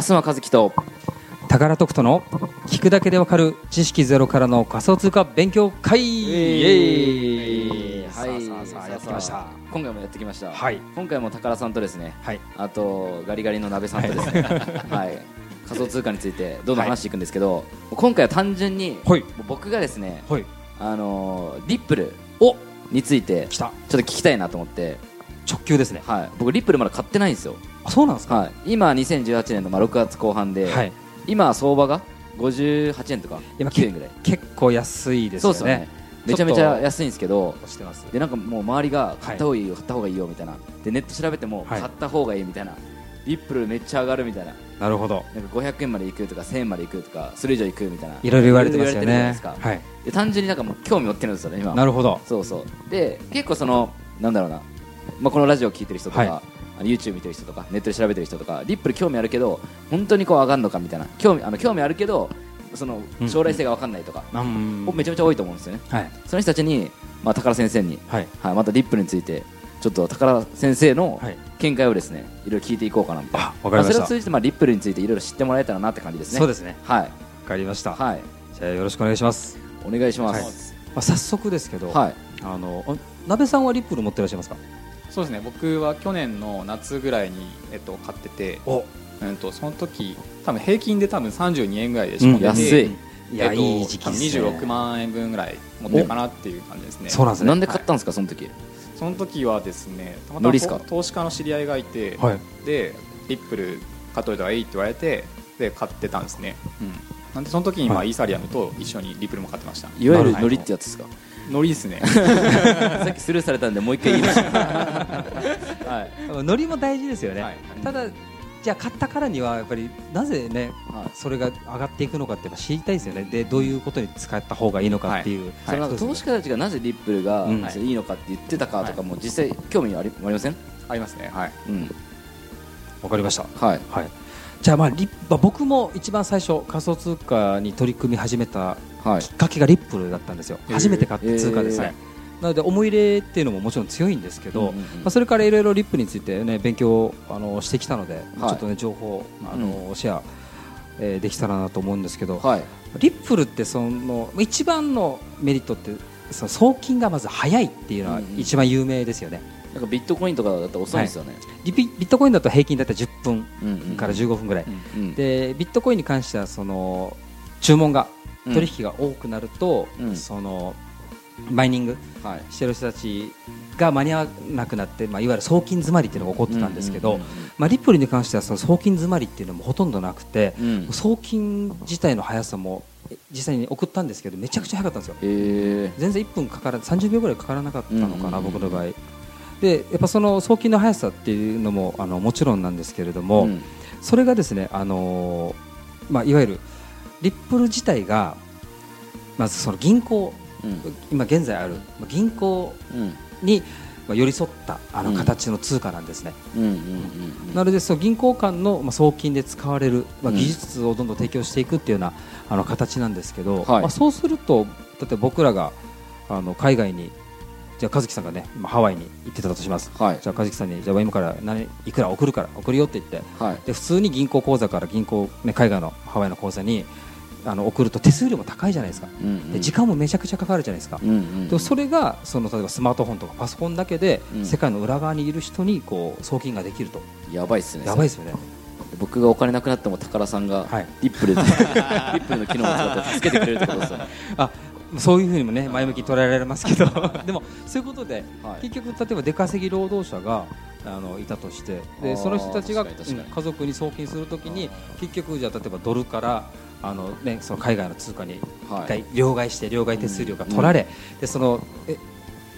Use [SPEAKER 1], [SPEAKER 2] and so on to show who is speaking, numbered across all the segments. [SPEAKER 1] 妻和樹と
[SPEAKER 2] 宝徳斗の聞くだけでわかる知識ゼロからの仮想通貨勉強会
[SPEAKER 1] イエーイ
[SPEAKER 2] さあさあさあやってきました
[SPEAKER 1] 今回もやってきました、
[SPEAKER 2] はい
[SPEAKER 1] 今回も宝さんとですね、
[SPEAKER 2] はい
[SPEAKER 1] あとガリガリの鍋さんとですね、 はい、仮想通貨についてどんどん話していくんですけど、今回は単純に、
[SPEAKER 2] はい
[SPEAKER 1] 僕がですね、
[SPEAKER 2] はい
[SPEAKER 1] あのーリップル
[SPEAKER 2] お
[SPEAKER 1] について
[SPEAKER 2] 来
[SPEAKER 1] ちょ
[SPEAKER 2] た
[SPEAKER 1] っと聞きたいなと思って、
[SPEAKER 2] 直球ですね
[SPEAKER 1] はい、僕リップルまだ買ってないんですよ、
[SPEAKER 2] あそうなんですか
[SPEAKER 1] はい、今2018年のまあ6月後半で、
[SPEAKER 2] はい
[SPEAKER 1] 今相場が58円とか
[SPEAKER 2] 今
[SPEAKER 1] 9円ぐらい
[SPEAKER 2] 結構安いです
[SPEAKER 1] そう
[SPEAKER 2] よ
[SPEAKER 1] で
[SPEAKER 2] ね
[SPEAKER 1] すよねめちゃめち
[SPEAKER 2] ちょっ
[SPEAKER 1] ゃ
[SPEAKER 2] と
[SPEAKER 1] 安いんですけど
[SPEAKER 2] してます
[SPEAKER 1] でなんかもう周りが買った方がいいよ、買った方がいいよみたいなでネット調べても
[SPEAKER 2] はい
[SPEAKER 1] 買った方がいいみたいな、リップルめっちゃ上がるみたいな
[SPEAKER 2] なるほど
[SPEAKER 1] なんか500円まで行くとか1000円まで行くとかそれ以上行くみたいない
[SPEAKER 2] いろいろ言われてますよ
[SPEAKER 1] いろいろ言われてるじゃない
[SPEAKER 2] ね
[SPEAKER 1] ですか
[SPEAKER 2] はい
[SPEAKER 1] で単純になんかもう興味持ってるんですよね今
[SPEAKER 2] なるほど
[SPEAKER 1] そうそうで結構そのなんだろうな、まあ、このラジオ聞いてる人とか、
[SPEAKER 2] はい
[SPEAKER 1] あの YouTube 見てる人とかネットで調べてる人とかリップル興味あるけど本当にこう上がるのかみたいな興味あの興味あるけどその
[SPEAKER 2] うん
[SPEAKER 1] 将来性が分かんないとか、
[SPEAKER 2] うん
[SPEAKER 1] めちゃめちゃ多いと思うんですよね
[SPEAKER 2] はい
[SPEAKER 1] その人たちに、まあ、宝先生に、
[SPEAKER 2] はい
[SPEAKER 1] はい、またリップルについてちょっと宝先生の
[SPEAKER 2] はい
[SPEAKER 1] 見解をですねいろいろ聞いていこうかなみたいな
[SPEAKER 2] あわかりました
[SPEAKER 1] あそれを通じて、まあ、リップルについていろいろ知ってもらえたらなって感じですね
[SPEAKER 2] そうですすね
[SPEAKER 1] はい、
[SPEAKER 2] わかりました
[SPEAKER 1] はい、
[SPEAKER 2] じゃあよろしくお願いします
[SPEAKER 1] お願いします
[SPEAKER 2] まあ早速ですけど
[SPEAKER 1] はい、
[SPEAKER 2] あのあ鍋さんはリップル持ってらっしゃいますか
[SPEAKER 3] そうですね僕は去年の夏ぐらいに、えっと、買ってて、
[SPEAKER 2] お
[SPEAKER 3] うん、とその時多分平均で多分32円ぐらいで仕込ん
[SPEAKER 2] うん
[SPEAKER 3] で
[SPEAKER 1] 安
[SPEAKER 3] て、
[SPEAKER 1] い、
[SPEAKER 2] い
[SPEAKER 3] え
[SPEAKER 2] や
[SPEAKER 3] っ
[SPEAKER 2] い
[SPEAKER 3] と
[SPEAKER 2] い時期ですね
[SPEAKER 3] 多分26万円分ぐらい持ってるかなっていう感じですね
[SPEAKER 2] そうなんですね
[SPEAKER 1] なんで買ったんですかその時
[SPEAKER 3] その時はですねたま
[SPEAKER 1] ノ
[SPEAKER 3] た
[SPEAKER 1] リ
[SPEAKER 3] ま
[SPEAKER 1] っすか
[SPEAKER 3] と投資家の知り合いがいて、
[SPEAKER 2] はい
[SPEAKER 3] でリップル買っといた方がいいって言われてで買ってたんですね、うん、なんでその時にま
[SPEAKER 2] は
[SPEAKER 3] あイーサリアムと一緒にリップルも買ってました
[SPEAKER 1] いわゆるノリってやつですか
[SPEAKER 3] ノリですね
[SPEAKER 1] さっきスルーされたんでもう一回言いま した
[SPEAKER 3] はい
[SPEAKER 2] ノリも大事ですよね、
[SPEAKER 3] はい
[SPEAKER 2] ただじゃあ買ったからにはやっぱりなぜねそれが上がっていくのかってやっぱ知りたいですよねでどういうことに使った方がいいのかっていう、
[SPEAKER 1] そのなんか
[SPEAKER 2] そ
[SPEAKER 1] 投
[SPEAKER 2] うで
[SPEAKER 1] 資
[SPEAKER 2] すね
[SPEAKER 1] 家たちがなぜリップルが
[SPEAKER 2] うん
[SPEAKER 1] それいいのかって言ってたかとか
[SPEAKER 3] は
[SPEAKER 1] も実際興味ありありません
[SPEAKER 3] ありますねはい
[SPEAKER 1] うん
[SPEAKER 2] わかりました
[SPEAKER 1] はい
[SPEAKER 2] はいじゃあまあリッまあ僕も一番最初仮想通貨に取り組み始めた
[SPEAKER 1] はい
[SPEAKER 2] きっかけがリップルだったんですよ、
[SPEAKER 3] へー
[SPEAKER 2] 初めて買った通貨です
[SPEAKER 1] へー
[SPEAKER 2] ね、なので思い入れっていうのももちろん強いんですけど、
[SPEAKER 1] うんうんうん
[SPEAKER 2] まあ、それからいろいろリップについて、ね、勉強をあのしてきたので、
[SPEAKER 1] はい
[SPEAKER 2] ちょっと、ね、情報あの、シェア、えーできたらなと思うんですけど、
[SPEAKER 1] はい
[SPEAKER 2] リップルってその一番のメリットってその送金がまず早いっていうのは
[SPEAKER 1] うんうん
[SPEAKER 2] 一番有名ですよね、
[SPEAKER 1] なんかビットコインとかだったら遅いんですよね
[SPEAKER 2] リピビットコインだと平均だったら10分
[SPEAKER 1] うんうん
[SPEAKER 2] から15分ぐらい、
[SPEAKER 1] うん
[SPEAKER 2] でビットコインに関してはその注文が
[SPEAKER 1] うん
[SPEAKER 2] 取引が多くなると、
[SPEAKER 1] うん
[SPEAKER 2] そのマイニング
[SPEAKER 1] はい
[SPEAKER 2] してる人たちが間に合わなくなって、まあ、いわゆる送金詰まりっていうのが起こってたんですけ
[SPEAKER 1] う
[SPEAKER 2] ど、
[SPEAKER 1] んうんうん
[SPEAKER 2] まあ、リップルに関してはその送金詰まりっていうのもほとんどなくて、
[SPEAKER 1] うん
[SPEAKER 2] 送金自体の速さもえ実際に送ったんですけどめちゃくちゃ速かったんですよ
[SPEAKER 1] へえ
[SPEAKER 2] 全然1分かから30秒ぐらいかからなかったのかな、
[SPEAKER 1] うんうんうん
[SPEAKER 2] 僕の場合でやっぱその送金の速さっていうのもあのもちろんなんですけれども、
[SPEAKER 1] うん
[SPEAKER 2] それがですね、あのーまあ、いわゆるリップル自体がまずその銀行
[SPEAKER 1] うん
[SPEAKER 2] 今現在あるまあ銀行
[SPEAKER 1] うん
[SPEAKER 2] にまあ寄り添ったあ
[SPEAKER 1] う
[SPEAKER 2] の
[SPEAKER 1] ん
[SPEAKER 2] 形の通貨なんですね、
[SPEAKER 1] うんうん
[SPEAKER 2] なのでその銀行間のまあ送金で使われる、まあ、
[SPEAKER 1] うん
[SPEAKER 2] 技術をどんどん提供していくっていうようなあの形なんですけど、
[SPEAKER 1] はい
[SPEAKER 2] まあ、そうするとだって僕らがあの海外にじゃあ和樹さんがね今ハワイに行ってたとします
[SPEAKER 1] はい
[SPEAKER 2] じゃあ和樹さんにじゃあ今から何いくら送るから送るよって言って
[SPEAKER 1] はい
[SPEAKER 2] で普通に銀行口座から銀行、ね、海外のハワイの口座にあの送ると手数料も高いじゃないですか、
[SPEAKER 1] うんうん
[SPEAKER 2] で時間もめちゃくちゃかかるじゃないですか、
[SPEAKER 1] うんうん
[SPEAKER 2] でそれがその例えばスマートフォンとかパソコンだけで、
[SPEAKER 1] うん
[SPEAKER 2] 世界の裏側にいる人にこう送金ができると、
[SPEAKER 1] やばいっすね
[SPEAKER 2] やばいですよね、
[SPEAKER 1] 僕がお金なくなっても宝さんが
[SPEAKER 2] はい
[SPEAKER 1] リップルでリップルの機能を使って助けてくれるってことですよね
[SPEAKER 2] あそういうふうにもね前向きに捉えられますけどでもそういうことで、
[SPEAKER 1] はい
[SPEAKER 2] 結局例えば出稼ぎ労働者があのいたとして
[SPEAKER 1] あー
[SPEAKER 2] でその人たちが、
[SPEAKER 1] 確かに確かに
[SPEAKER 2] うん家族に送金するときに
[SPEAKER 1] あ
[SPEAKER 2] 結局じゃあ例えばドルからあの、ね、その海外の通貨に
[SPEAKER 1] はい
[SPEAKER 2] 一回両替して両替手数料が取られ、でそのえ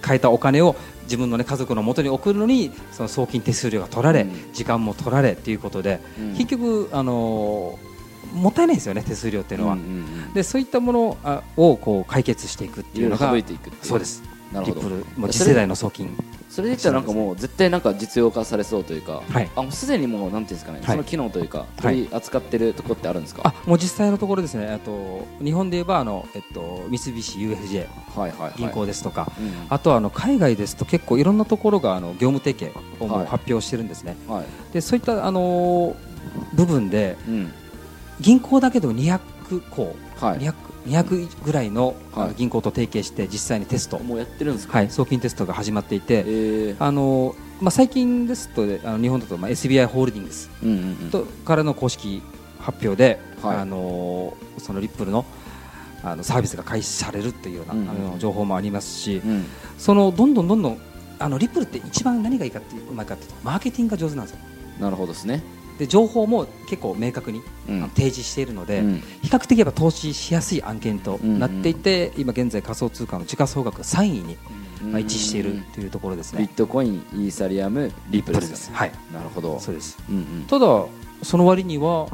[SPEAKER 2] 買えたお金を自分の、ね、家族の元に送るのにその送金手数料が取られ、
[SPEAKER 1] うん
[SPEAKER 2] 時間も取られということで、
[SPEAKER 1] うん
[SPEAKER 2] 結局、あのーもったいないですよね手数料っていうのは。
[SPEAKER 1] うんうんうん
[SPEAKER 2] でそういったものあをこう解決していくって
[SPEAKER 1] い
[SPEAKER 2] い
[SPEAKER 1] ろ
[SPEAKER 2] う
[SPEAKER 1] いろ
[SPEAKER 2] のが
[SPEAKER 1] 省いていくっていう
[SPEAKER 2] そうです
[SPEAKER 1] なる
[SPEAKER 2] リ
[SPEAKER 1] ほ
[SPEAKER 2] ッ
[SPEAKER 1] ど
[SPEAKER 2] プルもう次世代の送金
[SPEAKER 1] それで言ったらなんかもう絶対なんか実用化されそうというか、
[SPEAKER 2] はい
[SPEAKER 1] あもうすでにもうなんていうんですかね、
[SPEAKER 2] い
[SPEAKER 1] その機能というか取り扱ってるとこってあるんですか、
[SPEAKER 2] あもう実際のところですねあと日本で言えばあの、えっと、三菱 UFJ
[SPEAKER 1] はいはいはい
[SPEAKER 2] 銀行ですとか、
[SPEAKER 1] うん
[SPEAKER 2] あとはあの海外ですと結構いろんなところがあの業務提携をも
[SPEAKER 1] は
[SPEAKER 2] う
[SPEAKER 1] い
[SPEAKER 2] 発表してるんですね、
[SPEAKER 1] はい
[SPEAKER 2] でそういった、あのー部分で
[SPEAKER 1] うん
[SPEAKER 2] 銀行だけど200校、
[SPEAKER 1] はい
[SPEAKER 2] 200, 200ぐらいの
[SPEAKER 1] はい
[SPEAKER 2] 銀行と提携して実際にテスト、
[SPEAKER 1] もうやってるんですか、
[SPEAKER 2] はい、送金テストが始まっていて、
[SPEAKER 1] えー
[SPEAKER 2] あのまあ、最近ですとあの日本だとまあ SBI ホールディングス
[SPEAKER 1] うんうんうん
[SPEAKER 2] とからの公式発表で、
[SPEAKER 1] はい
[SPEAKER 2] あのそのリップルのあのサービスが開始されるというような、
[SPEAKER 1] うんうん
[SPEAKER 2] あの情報もありますし、
[SPEAKER 1] うん
[SPEAKER 2] そのどんどんどんどんあのリップルって一番何がいいかっていううまいかっていうとマーケティングが上手なんですよ
[SPEAKER 1] なるほどですね、
[SPEAKER 2] で情報も結構明確に、
[SPEAKER 1] うん
[SPEAKER 2] あの提示しているので、
[SPEAKER 1] うん
[SPEAKER 2] 比較的やっぱ投資しやすい案件となっていて、今現在仮想通貨の時価総額3位にまあ一致しているというところです
[SPEAKER 1] ビッ
[SPEAKER 2] ね。
[SPEAKER 1] トコインイーサリアムリップルですよね
[SPEAKER 2] はい、
[SPEAKER 1] なるほど
[SPEAKER 2] そうです
[SPEAKER 1] うんうん
[SPEAKER 2] ただその割には、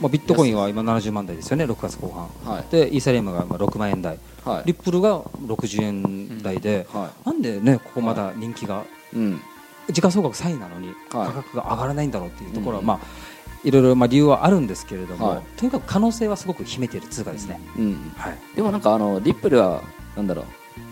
[SPEAKER 2] まあ、ビットコインは今70万台ですよね6月後半
[SPEAKER 1] はい
[SPEAKER 2] でイーサリアムが今6万円台
[SPEAKER 1] はい
[SPEAKER 2] リップルが60円台で、
[SPEAKER 1] は
[SPEAKER 2] なんでねここまだ人気が、
[SPEAKER 1] いうん
[SPEAKER 2] 時価総額3位なのに
[SPEAKER 1] はい
[SPEAKER 2] 価格が上がらないんだろうっていうところは、
[SPEAKER 1] うん
[SPEAKER 2] まあいろいろまあ理由はあるんですけれども、
[SPEAKER 1] はい
[SPEAKER 2] とにかく可能性はすごく秘めている通貨ですね、
[SPEAKER 1] うん
[SPEAKER 2] はい
[SPEAKER 1] でもなんかあのリップルはなんだろう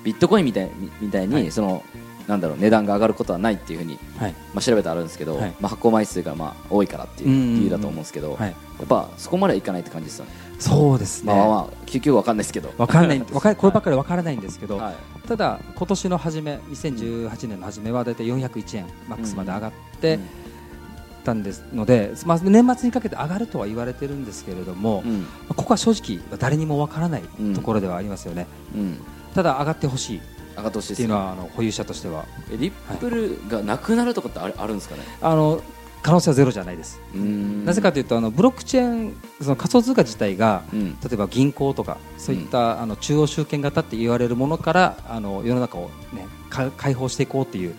[SPEAKER 1] ビットコインみたいみみたいにその、なんだろう値段が上がることはないっていうふうに、
[SPEAKER 2] はい
[SPEAKER 1] まあ、調べてあるんですけど、
[SPEAKER 2] はい
[SPEAKER 1] まあ、発行枚数がまあ多いからっていう
[SPEAKER 2] うんうんうん
[SPEAKER 1] 理由だと思うんですけど、
[SPEAKER 2] はい、
[SPEAKER 1] やっぱそこまではいかないって感じですよね
[SPEAKER 2] そうですね、
[SPEAKER 1] まあまあまあ究極わかんないですけど
[SPEAKER 2] わかんないわかんこればっかりわからないんですけど、
[SPEAKER 1] はい
[SPEAKER 2] ただ今年の初め2018年の初めはだいたい401円マックスまで上がってたんですので、まあ、年末にかけて上がるとは言われてるんですけれども、
[SPEAKER 1] う
[SPEAKER 2] ま
[SPEAKER 1] ん
[SPEAKER 2] あここは正直誰にもわからないところではありますよね、
[SPEAKER 1] うん
[SPEAKER 2] ただ上がってほしいっ
[SPEAKER 1] 上がってほしいで
[SPEAKER 2] てい
[SPEAKER 1] す
[SPEAKER 2] うの
[SPEAKER 1] ね
[SPEAKER 2] はあの保有者としては
[SPEAKER 1] えリップルがなくなるとかってあるあるんですかね
[SPEAKER 2] あの可能性はゼロじゃないです、
[SPEAKER 1] な
[SPEAKER 2] なぜかというとあのブロックチェーンその仮想通貨自体が、
[SPEAKER 1] うん
[SPEAKER 2] 例えば銀行とかそういった、あの中央集権型って言われるものからあの世の中を、ね、か解放していこうっていう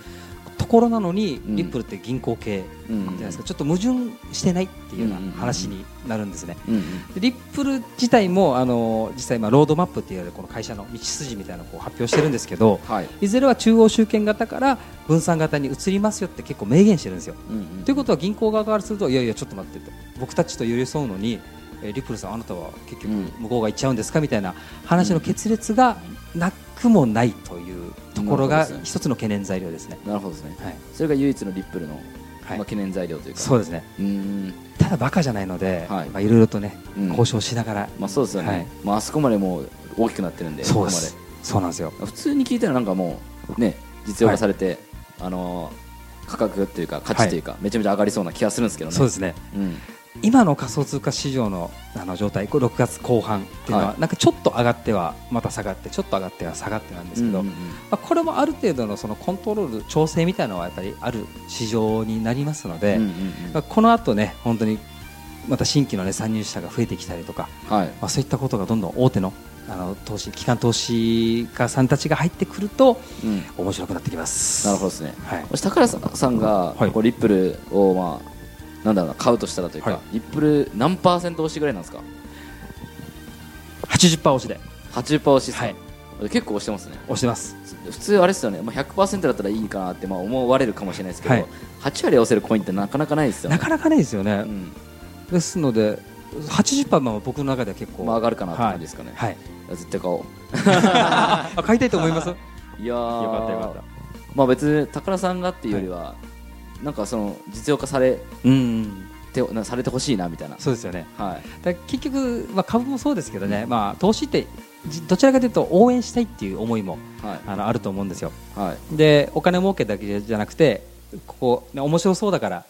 [SPEAKER 2] ところなのに、
[SPEAKER 1] うん
[SPEAKER 2] リップルって銀行系じ
[SPEAKER 1] うん
[SPEAKER 2] ゃないですか、ちょっと矛盾してないっていうよう
[SPEAKER 1] うんうんう
[SPEAKER 2] なん話になるんですね。
[SPEAKER 1] うん
[SPEAKER 2] でリップル自体もあの実際、まあロードマップっていわれるこの会社の道筋みたいなのをこう発表してるんですけど
[SPEAKER 1] はい
[SPEAKER 2] いずれは中央集権型から分散型に移りますよって結構明言してるんですよ。
[SPEAKER 1] うんうん
[SPEAKER 2] ということは銀行側からするといやいやちょっと待ってと僕たちと寄り添うのに、えーリップルさんあなたは結局
[SPEAKER 1] うん
[SPEAKER 2] 向こうが行っちゃうんですかみたいな話の決裂がなくもないというところ
[SPEAKER 1] なるほど
[SPEAKER 2] が
[SPEAKER 1] ですね
[SPEAKER 2] 一つの懸念材料ですね。
[SPEAKER 1] なるほどですね
[SPEAKER 2] はい
[SPEAKER 1] それが唯一のリップルの、
[SPEAKER 2] はい
[SPEAKER 1] まあ、懸念材料というか
[SPEAKER 2] そうですね
[SPEAKER 1] うーん
[SPEAKER 2] ただバカじゃないので、
[SPEAKER 1] はい
[SPEAKER 2] まあいろいろとね、
[SPEAKER 1] うん
[SPEAKER 2] 交渉しながら、
[SPEAKER 1] まあそうですよね、
[SPEAKER 2] はい
[SPEAKER 1] まああそこまでもう大きくなってるんで
[SPEAKER 2] そうで
[SPEAKER 1] ここまです
[SPEAKER 2] そうなんですよ
[SPEAKER 1] 普通に聞いたらなんかもうね実用化されて、あのー価格というか価値というか、めちゃめちゃ上がりそうな気がするんですけどね
[SPEAKER 2] そうですね
[SPEAKER 1] うん
[SPEAKER 2] 今の仮想通貨市場のあの状態これ6月後半っていうのは、
[SPEAKER 1] は
[SPEAKER 2] なんかちょっと上がってはまた下がってちょっと上がっては下がってなんですけど、
[SPEAKER 1] うんうん
[SPEAKER 2] まあ、これもある程度のそのコントロール調整みたいなのはやっぱりある市場になりますので、
[SPEAKER 1] うんうんうん
[SPEAKER 2] まあ、この後ね本当にまた新規の、ね、参入者が増えてきたりとか、
[SPEAKER 1] はい
[SPEAKER 2] まあ、そういったことがどんどん大手のあの投資機関投資家さんたちが入ってくると
[SPEAKER 1] うん
[SPEAKER 2] 面白くなってきます。
[SPEAKER 1] なるほどですね
[SPEAKER 2] はい
[SPEAKER 1] もし宝さんが
[SPEAKER 2] はい
[SPEAKER 1] こうリップルをまあなんだろうな買うとしたらというか、
[SPEAKER 2] はい
[SPEAKER 1] リップル何パーセント押しぐらいなんですか
[SPEAKER 2] 80%押しで
[SPEAKER 1] 80%押しですか、
[SPEAKER 2] はい
[SPEAKER 1] 結構押してますね
[SPEAKER 2] 押してます
[SPEAKER 1] 普通あれですよね、まあ、100%だったらいいかなってまあ思われるかもしれないですけど、
[SPEAKER 2] はい
[SPEAKER 1] 8割押せるコインってなかなかないですよね
[SPEAKER 2] なかなかないですよね、
[SPEAKER 1] うん
[SPEAKER 2] ですので80%は僕の中では結構、
[SPEAKER 1] まあ上がるかなって感じですかね
[SPEAKER 2] はい、
[SPEAKER 1] 絶対買おう
[SPEAKER 2] はいあ買いたいと思い ま
[SPEAKER 1] い
[SPEAKER 2] す
[SPEAKER 1] やよ
[SPEAKER 3] よかったよかった
[SPEAKER 1] まあ別に宝さんがっていうよりは、なんかその実用化され
[SPEAKER 2] うん
[SPEAKER 1] てなされてほしいなみたいな
[SPEAKER 2] そうですよね
[SPEAKER 1] はい
[SPEAKER 2] だから結局、まあ、株もそうですけどね、まあ、投資ってじどちらかというと応援したいっていう思いも
[SPEAKER 1] はい
[SPEAKER 2] あのあると思うんですよ
[SPEAKER 1] はい
[SPEAKER 2] でお金儲けだけじゃなくてここ、ね、面白そうだから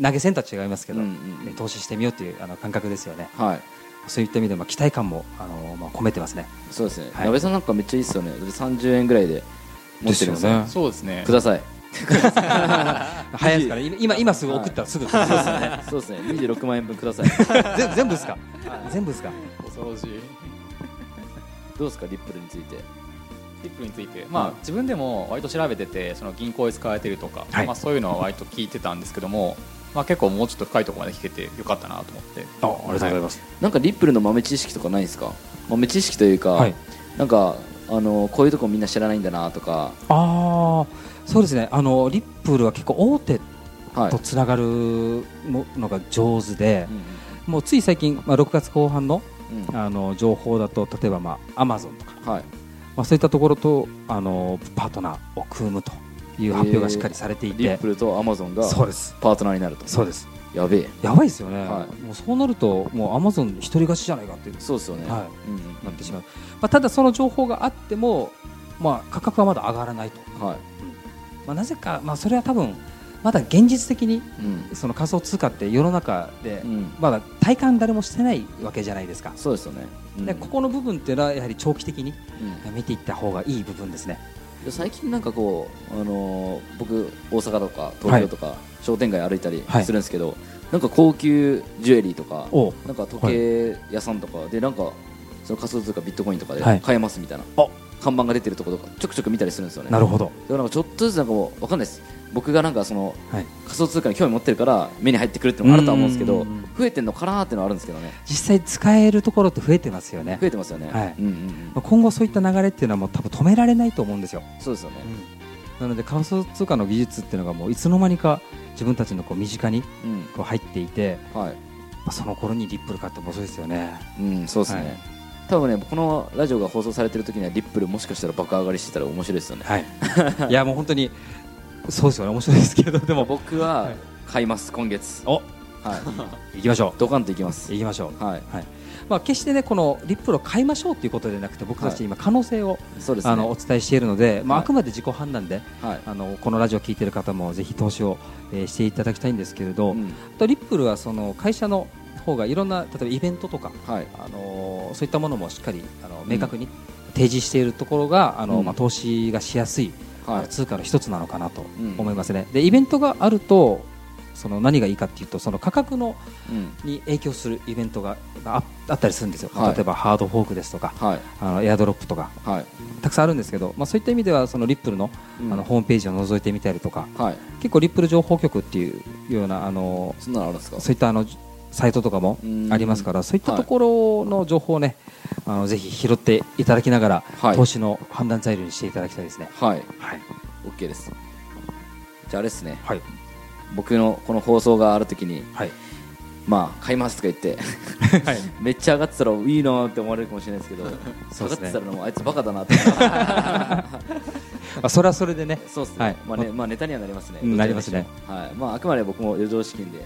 [SPEAKER 2] 投げ銭とは違いますけど、
[SPEAKER 1] うんうんうん
[SPEAKER 2] ね投資してみようというあの感覚ですよね
[SPEAKER 1] はい
[SPEAKER 2] そういった意味でも期待感もあの、まあ、込めてますね
[SPEAKER 1] そうですね、
[SPEAKER 2] はい
[SPEAKER 1] 矢部さんなんかめっちゃいいっすよねだって30円ぐらいで持ってるんですよ
[SPEAKER 2] ですよね
[SPEAKER 3] そうですね
[SPEAKER 1] ください
[SPEAKER 2] 早いですから今今今すぐ送ったらすぐ、
[SPEAKER 1] そうですね26万円分ください
[SPEAKER 2] 全全部ですか全部ですか
[SPEAKER 3] 恐ろしい
[SPEAKER 1] どうですかリップルについて
[SPEAKER 3] リップルについて、まあ、自分でも割と調べててその銀行で使われてるとか、
[SPEAKER 2] はい
[SPEAKER 3] まあ、そういうのは割と聞いてたんですけども、まあ、結構もうちょっと深いところまで聞けてよかったなと思って
[SPEAKER 2] あありがとうございます、
[SPEAKER 1] なんかリップルの豆知識とかないですか豆知識というか、
[SPEAKER 2] はい
[SPEAKER 1] なんかあのこういうとこみんな知らないんだなとか
[SPEAKER 2] ああそうですねあのリップルは結構大手
[SPEAKER 1] はい
[SPEAKER 2] とつながるものが上手で、
[SPEAKER 1] う
[SPEAKER 2] もうつい最近、まあ、6月後半の
[SPEAKER 1] んうんうん
[SPEAKER 2] あの情報だと例えば、まあ、アマゾンとか、
[SPEAKER 1] はい
[SPEAKER 2] まあ、そういったところとあのパートナーを組むという発表がしっかりされていて、
[SPEAKER 1] リップルとアマゾンが
[SPEAKER 2] そうです
[SPEAKER 1] パートナーになると
[SPEAKER 2] そうです
[SPEAKER 1] やべえ
[SPEAKER 2] やばいですよね、
[SPEAKER 1] は
[SPEAKER 2] もうそうなると、もうアマゾン一人勝ちじゃないかって
[SPEAKER 1] そうですよね、
[SPEAKER 2] は
[SPEAKER 1] うんうん
[SPEAKER 2] なってしまう、まあ、ただその情報があっても、まあ、価格はまだ上がらないと、
[SPEAKER 1] は
[SPEAKER 2] まあ、なぜか、まあ、それは多分まだ現実的に
[SPEAKER 1] い、うん
[SPEAKER 2] その仮想通貨って世の中で
[SPEAKER 1] うん
[SPEAKER 2] まだ体感誰もしてないわけじゃないですか、
[SPEAKER 1] そうですよね、うん
[SPEAKER 2] でここの部分っていうのはやはり長期的に
[SPEAKER 1] うん
[SPEAKER 2] 見ていった方がいい部分ですね。
[SPEAKER 1] で最近なんかこう、あのー僕大阪とか東京とか、商店街歩いたり
[SPEAKER 2] はい
[SPEAKER 1] するんですけど、なんか高級ジュエリーとか
[SPEAKER 2] お
[SPEAKER 1] なんか時計屋さんとかでなんかその仮想通貨ビットコインとかで
[SPEAKER 2] はい
[SPEAKER 1] 買えますみたいな、
[SPEAKER 2] お
[SPEAKER 1] 看板が出てるところとかちょくちょく見たりするんですよね
[SPEAKER 2] なるほど、
[SPEAKER 1] でもなんかちょっとずつなんかもうわかんないです僕がなんかその
[SPEAKER 2] はい、
[SPEAKER 1] 仮想通貨に興味持ってるから目に入ってくるっていうのもあるとは思うんですけ
[SPEAKER 2] う
[SPEAKER 1] ど
[SPEAKER 2] ん
[SPEAKER 1] 増えてるのかなーっていうのはあるんですけどね
[SPEAKER 2] 実際使えるところって増えてますよね
[SPEAKER 1] 増えてますよね、
[SPEAKER 2] はい
[SPEAKER 1] うんうんうん
[SPEAKER 2] まあ今後そういった流れっていうのはもう多分止められないと思うんですよ、
[SPEAKER 1] そうですよね、
[SPEAKER 2] なので仮想通貨の技術っていうのがもういつの間にか自分たちのこう身近に
[SPEAKER 1] うん
[SPEAKER 2] こう入っていて、
[SPEAKER 1] はい
[SPEAKER 2] まあ、その頃にリップル買っても遅いですよね
[SPEAKER 1] うん、そうですね、
[SPEAKER 2] はい
[SPEAKER 1] 多分ね、このラジオが放送されてる時には、リップル、もしかしたら爆上がりしてたら面白いですよね。
[SPEAKER 2] はい いやもう本当にそうですよね面白いですけどでも
[SPEAKER 1] 僕は買います、今月。
[SPEAKER 2] お
[SPEAKER 1] は
[SPEAKER 2] 行きましょ
[SPEAKER 1] い、 ドカンといきます
[SPEAKER 2] う。行きましょう
[SPEAKER 1] はい、
[SPEAKER 2] まあ、決してねこのリップルを買いましょうということでなくて僕たち今可能性を、
[SPEAKER 1] そうですね。
[SPEAKER 2] あのお伝えしているので、まあ、
[SPEAKER 1] は
[SPEAKER 2] あ
[SPEAKER 1] い
[SPEAKER 2] くまで自己判断で、
[SPEAKER 1] はい、
[SPEAKER 2] あのこのラジオを聞いている方もぜひ投資を、えーしていただきたいんですけれど、
[SPEAKER 1] うん
[SPEAKER 2] あとリップルはその会社の方がいろんな例えばイベントとか、
[SPEAKER 1] はい、
[SPEAKER 2] あのーそういったものもしっかりあの明確に提示しているところが、あの
[SPEAKER 1] うん
[SPEAKER 2] まあ、投資がしやすい、
[SPEAKER 1] はい、
[SPEAKER 2] 通貨の一つなのかなと
[SPEAKER 1] うん
[SPEAKER 2] 思いますね。でイベントがあるとその何がいいかっていうとその価格の
[SPEAKER 1] うん、
[SPEAKER 2] に影響するイベントがああったりするんですよ、
[SPEAKER 1] はい
[SPEAKER 2] 例えばハードフォークですとか、
[SPEAKER 1] はい、
[SPEAKER 2] あのエアドロップとか、
[SPEAKER 1] はい、
[SPEAKER 2] たくさんあるんですけど、まあ、そういった意味ではそのリップルの,、
[SPEAKER 1] うん
[SPEAKER 2] あのホームページを覗いてみたりとか、
[SPEAKER 1] はい、
[SPEAKER 2] 結構、リップル情報局っていうようなあの
[SPEAKER 1] そんなのあるんですか。
[SPEAKER 2] そういったあのサイトとかも
[SPEAKER 1] うん
[SPEAKER 2] ありますから、そういったところの情報をね、あのぜひ拾っていただきながら、
[SPEAKER 1] はい
[SPEAKER 2] 投資の判断材料にしていただきたいですね。
[SPEAKER 1] はい、
[SPEAKER 2] はい、
[SPEAKER 1] オッケーです。じゃあ、あれですね、
[SPEAKER 2] はい、
[SPEAKER 1] 僕のこの放送がある時に、
[SPEAKER 2] はい、
[SPEAKER 1] まあ、買いますとか言って。 めっちゃ上がってたらいいなーって思われるかもしれないですけど、
[SPEAKER 2] そう
[SPEAKER 1] 下が
[SPEAKER 2] で
[SPEAKER 1] っ
[SPEAKER 2] すね
[SPEAKER 1] てたらもうあいつバカだなって思われる
[SPEAKER 2] あそれはそれでね、
[SPEAKER 1] そうですね。
[SPEAKER 2] はい
[SPEAKER 1] まあね、まあネタにはなりますね。
[SPEAKER 2] うんなりますね
[SPEAKER 1] はい。まああくまで僕も余剰資金で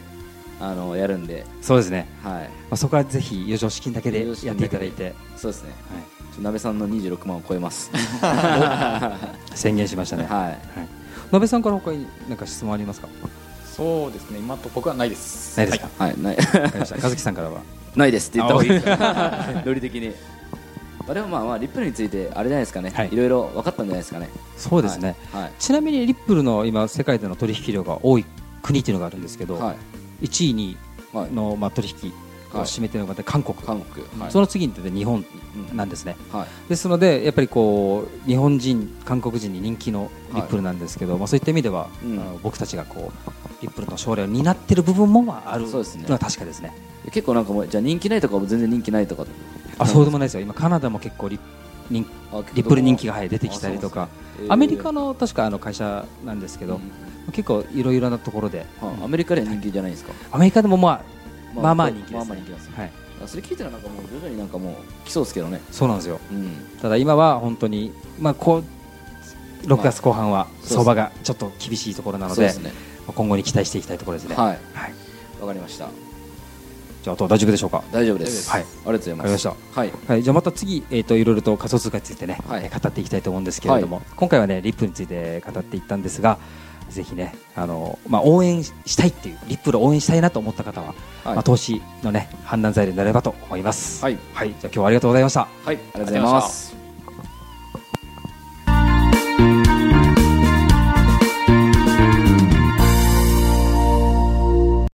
[SPEAKER 1] あのやるんで、
[SPEAKER 2] そうですね、
[SPEAKER 1] はい。
[SPEAKER 2] まあ、そこはぜひ余剰資金だけで
[SPEAKER 1] 余剰資
[SPEAKER 2] やっ
[SPEAKER 1] 金
[SPEAKER 2] てい
[SPEAKER 1] だけ
[SPEAKER 2] ただ
[SPEAKER 1] で
[SPEAKER 2] いて。
[SPEAKER 1] そうですね。
[SPEAKER 2] はい
[SPEAKER 1] ちょっと鍋さんの26万を超え ます。
[SPEAKER 2] 宣言しましたね。
[SPEAKER 1] はい。
[SPEAKER 2] のべさんから他に何か質問ありますか。
[SPEAKER 3] そうですね今のと僕はないです
[SPEAKER 2] ないですか。
[SPEAKER 1] はい。 ない
[SPEAKER 2] わかりました。和樹さんからは。
[SPEAKER 1] ないですって言った方がいいですか。 ノリ的に。まあでもまあまあリップルについてあれじゃないですかね。
[SPEAKER 2] はい
[SPEAKER 1] い。ろいろ分かったんじゃないですかね。
[SPEAKER 2] そうですね。
[SPEAKER 1] はい。
[SPEAKER 2] ちなみにリップルの今世界での取引量が多い国っていうのがあるんですけど、
[SPEAKER 1] はい。
[SPEAKER 2] 1位2
[SPEAKER 1] はい
[SPEAKER 2] 位。のまあ取引を占めてるのが韓国、
[SPEAKER 1] 韓国。はい。
[SPEAKER 2] その次に出て日本
[SPEAKER 1] うん
[SPEAKER 2] なんですね。
[SPEAKER 1] はい。
[SPEAKER 2] ですのでやっぱりこう日本人韓国人に人気のリップルなんですけど、まあそういった意味では、
[SPEAKER 1] うん
[SPEAKER 2] あの僕たちがこうリップルの奨励を担ってる部分もまああるの
[SPEAKER 1] そうですね
[SPEAKER 2] は確かですね。
[SPEAKER 1] 結構なんかもうじゃあ人気ないとかも全然人気ないとか。
[SPEAKER 2] あそうでもないですよ。今カナダも結構リ人気
[SPEAKER 1] あ
[SPEAKER 2] リップル人気がはい出てきたりとか、
[SPEAKER 1] えー
[SPEAKER 2] アメリカの確かあの会社なんですけど、結構いろいろなところで、
[SPEAKER 1] はいアメリカでは人気じゃないですか。
[SPEAKER 2] アメリカでもまあ、まあまあ人気です、ね
[SPEAKER 1] まあまあ人気なんですよ
[SPEAKER 2] はい、
[SPEAKER 1] あそれ聞いたらなんかもう徐々になんかもう来そうですけどね。
[SPEAKER 2] そうなんですよ
[SPEAKER 1] うん。
[SPEAKER 2] ただ今は本当に、まあ、こう6月後半は
[SPEAKER 1] そうです
[SPEAKER 2] 相場がちょっと厳しいところなの
[SPEAKER 1] そう
[SPEAKER 2] で,、
[SPEAKER 1] ですね。
[SPEAKER 2] 今後に期待していきたいところですね、
[SPEAKER 1] はい。
[SPEAKER 2] はい
[SPEAKER 1] わかりました。
[SPEAKER 2] じゃああとは大丈夫でしょうか、
[SPEAKER 1] 大丈夫です。
[SPEAKER 2] はい
[SPEAKER 1] ありがとうございます。
[SPEAKER 2] わか
[SPEAKER 1] はい。
[SPEAKER 2] はい、じゃあまた次、えー、といろいろと仮想通貨についてね、
[SPEAKER 1] はい
[SPEAKER 2] えー語っていきたいと思うんですけれども、今回はねリップルについて語っていったんですがぜひねあの、まあ、応援したいっていうリップルを応援したいなと思った方は、
[SPEAKER 1] はい。
[SPEAKER 2] まあ、投資のね判断材料になればと思います。
[SPEAKER 1] はい。
[SPEAKER 2] はい、じゃあ今日はありがとうございました。
[SPEAKER 1] はい。ありがとうございます。